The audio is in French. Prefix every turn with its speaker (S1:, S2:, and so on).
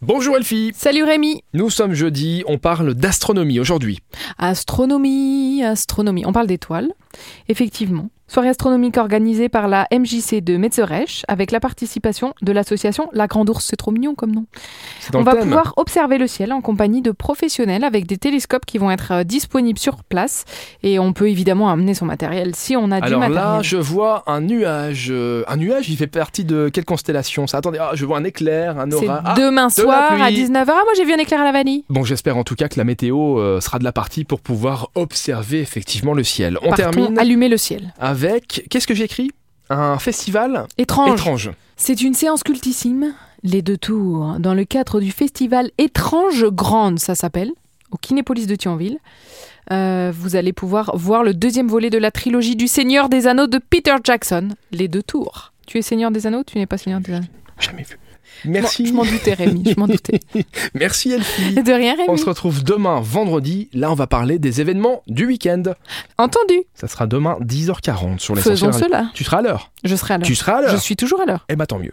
S1: Bonjour Elfie,
S2: Salut Rémi
S1: nous sommes jeudi, on parle d'astronomie aujourd'hui.
S2: Astronomie, astronomie, on parle d'étoiles. Effectivement, soirée astronomique organisée par la MJC de Metzerech avec la participation de l'association La Grande Ourse, c'est trop mignon comme nom.
S1: C'est dans
S2: on
S1: le
S2: va
S1: thème.
S2: pouvoir observer le ciel en compagnie de professionnels avec des télescopes qui vont être euh, disponibles sur place et on peut évidemment amener son matériel si on a
S1: Alors
S2: du matériel.
S1: là, je vois un nuage. euh, Un nuage, il fait partie de quelle constellation Ça, attendez, ah, je vois un éclair, un
S2: c'est
S1: aura. Ah,
S2: demain
S1: la
S2: soir à
S1: pluie.
S2: 19h. Ah, moi j'ai vu un éclair à la vanille.
S1: Bon, j'espère en tout cas que la météo euh, sera de la partie pour pouvoir observer effectivement le ciel. On
S2: Partons
S1: termine
S2: allumer le ciel.
S1: avec qu'est-ce que j'ai écrit Un festival
S2: Étrange.
S1: étrange.
S2: C'est une séance cultissime, les deux tours, dans le cadre du festival Étrange Grande, ça s'appelle, au Kinépolis de Thionville. Euh, vous allez pouvoir voir le deuxième volet de la trilogie du Seigneur des Anneaux de Peter Jackson, les deux tours. Tu es Seigneur des Anneaux, tu n'es pas Seigneur des Anneaux.
S1: Jamais vu.
S2: Je m'en-
S1: Merci,
S2: Je m'en doutais, Rémi, je m'en doutais.
S1: merci Elfie.
S2: De rien,
S1: On
S2: Rémi.
S1: se retrouve demain, vendredi. Là, on va parler des événements du week-end.
S2: Entendu.
S1: Ça sera demain 10h40 sur les
S2: Faisons cela.
S1: Tu seras à l'heure.
S2: Je serai à l'heure.
S1: Tu seras à
S2: Je
S1: l'heure.
S2: suis toujours à l'heure.
S1: Eh ben tant mieux.